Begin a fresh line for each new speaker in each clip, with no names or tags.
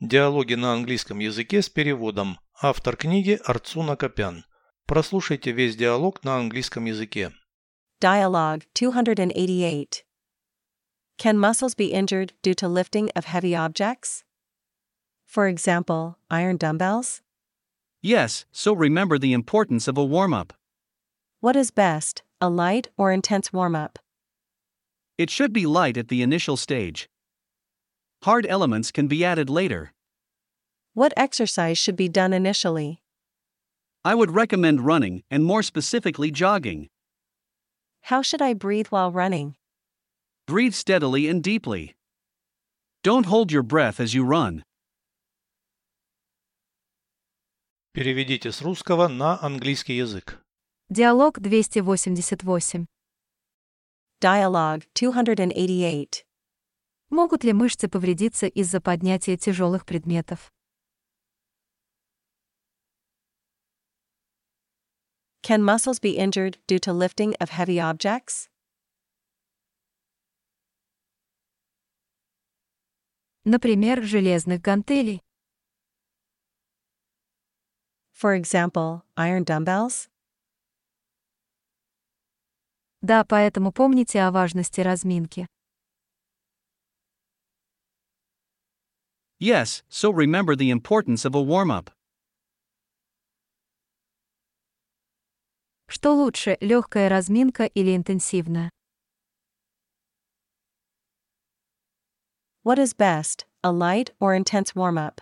Диалоги на английском языке с переводом. Автор книги Арцуна Копян. Прослушайте весь диалог на английском языке.
Dialogue 288. Can muscles be injured due to lifting of heavy objects? For example, iron dumbbells?
Yes, so remember the importance of a warm up.
What is best, a light or intense warm up?
It should be light at the initial stage. Hard elements can be added later.
What exercise should be done initially?
I would recommend running, and more specifically, jogging.
How should I breathe while running?
Breathe steadily and deeply. Don't hold your breath as you run.
Переведите с русского на английский язык.
Диалог 288.
Dialogue 288.
Могут ли мышцы повредиться из-за поднятия тяжелых предметов?
Can muscles be injured due to lifting of heavy objects?
Например, железных гантелей.
For example, iron dumbbells?
Да, поэтому помните о важности разминки.
Yes, so remember the importance of a warm up.
Что лучше, легкая разминка или интенсивная?
What is best, a light or intense warm up?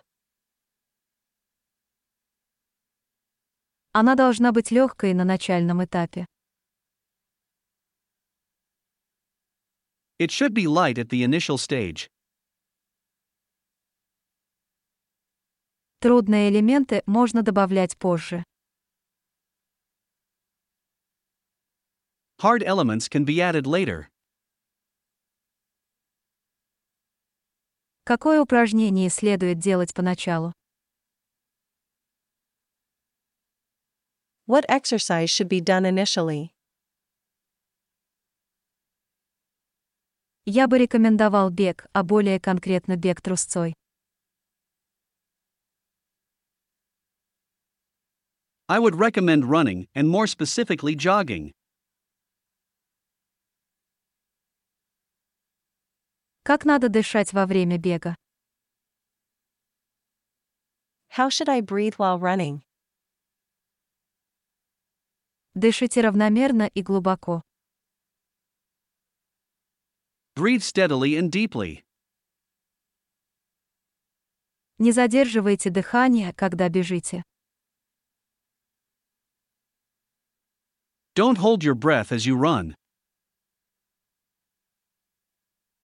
Она должна быть легкой на начальном этапе.
It should be light at the initial stage.
Трудные элементы можно добавлять позже.
Hard elements can be added later.
Какое упражнение следует делать поначалу?
What exercise should be done initially?
Я бы рекомендовал бег, а более конкретно бег трусцой.
I would recommend running, and more specifically, jogging.
Как надо дышать во время бега?
How should I breathe while running?
Дышите равномерно и глубоко.
Breathe steadily and deeply.
Не задерживайте дыхание, когда бежите.
Don't hold your breath as you run.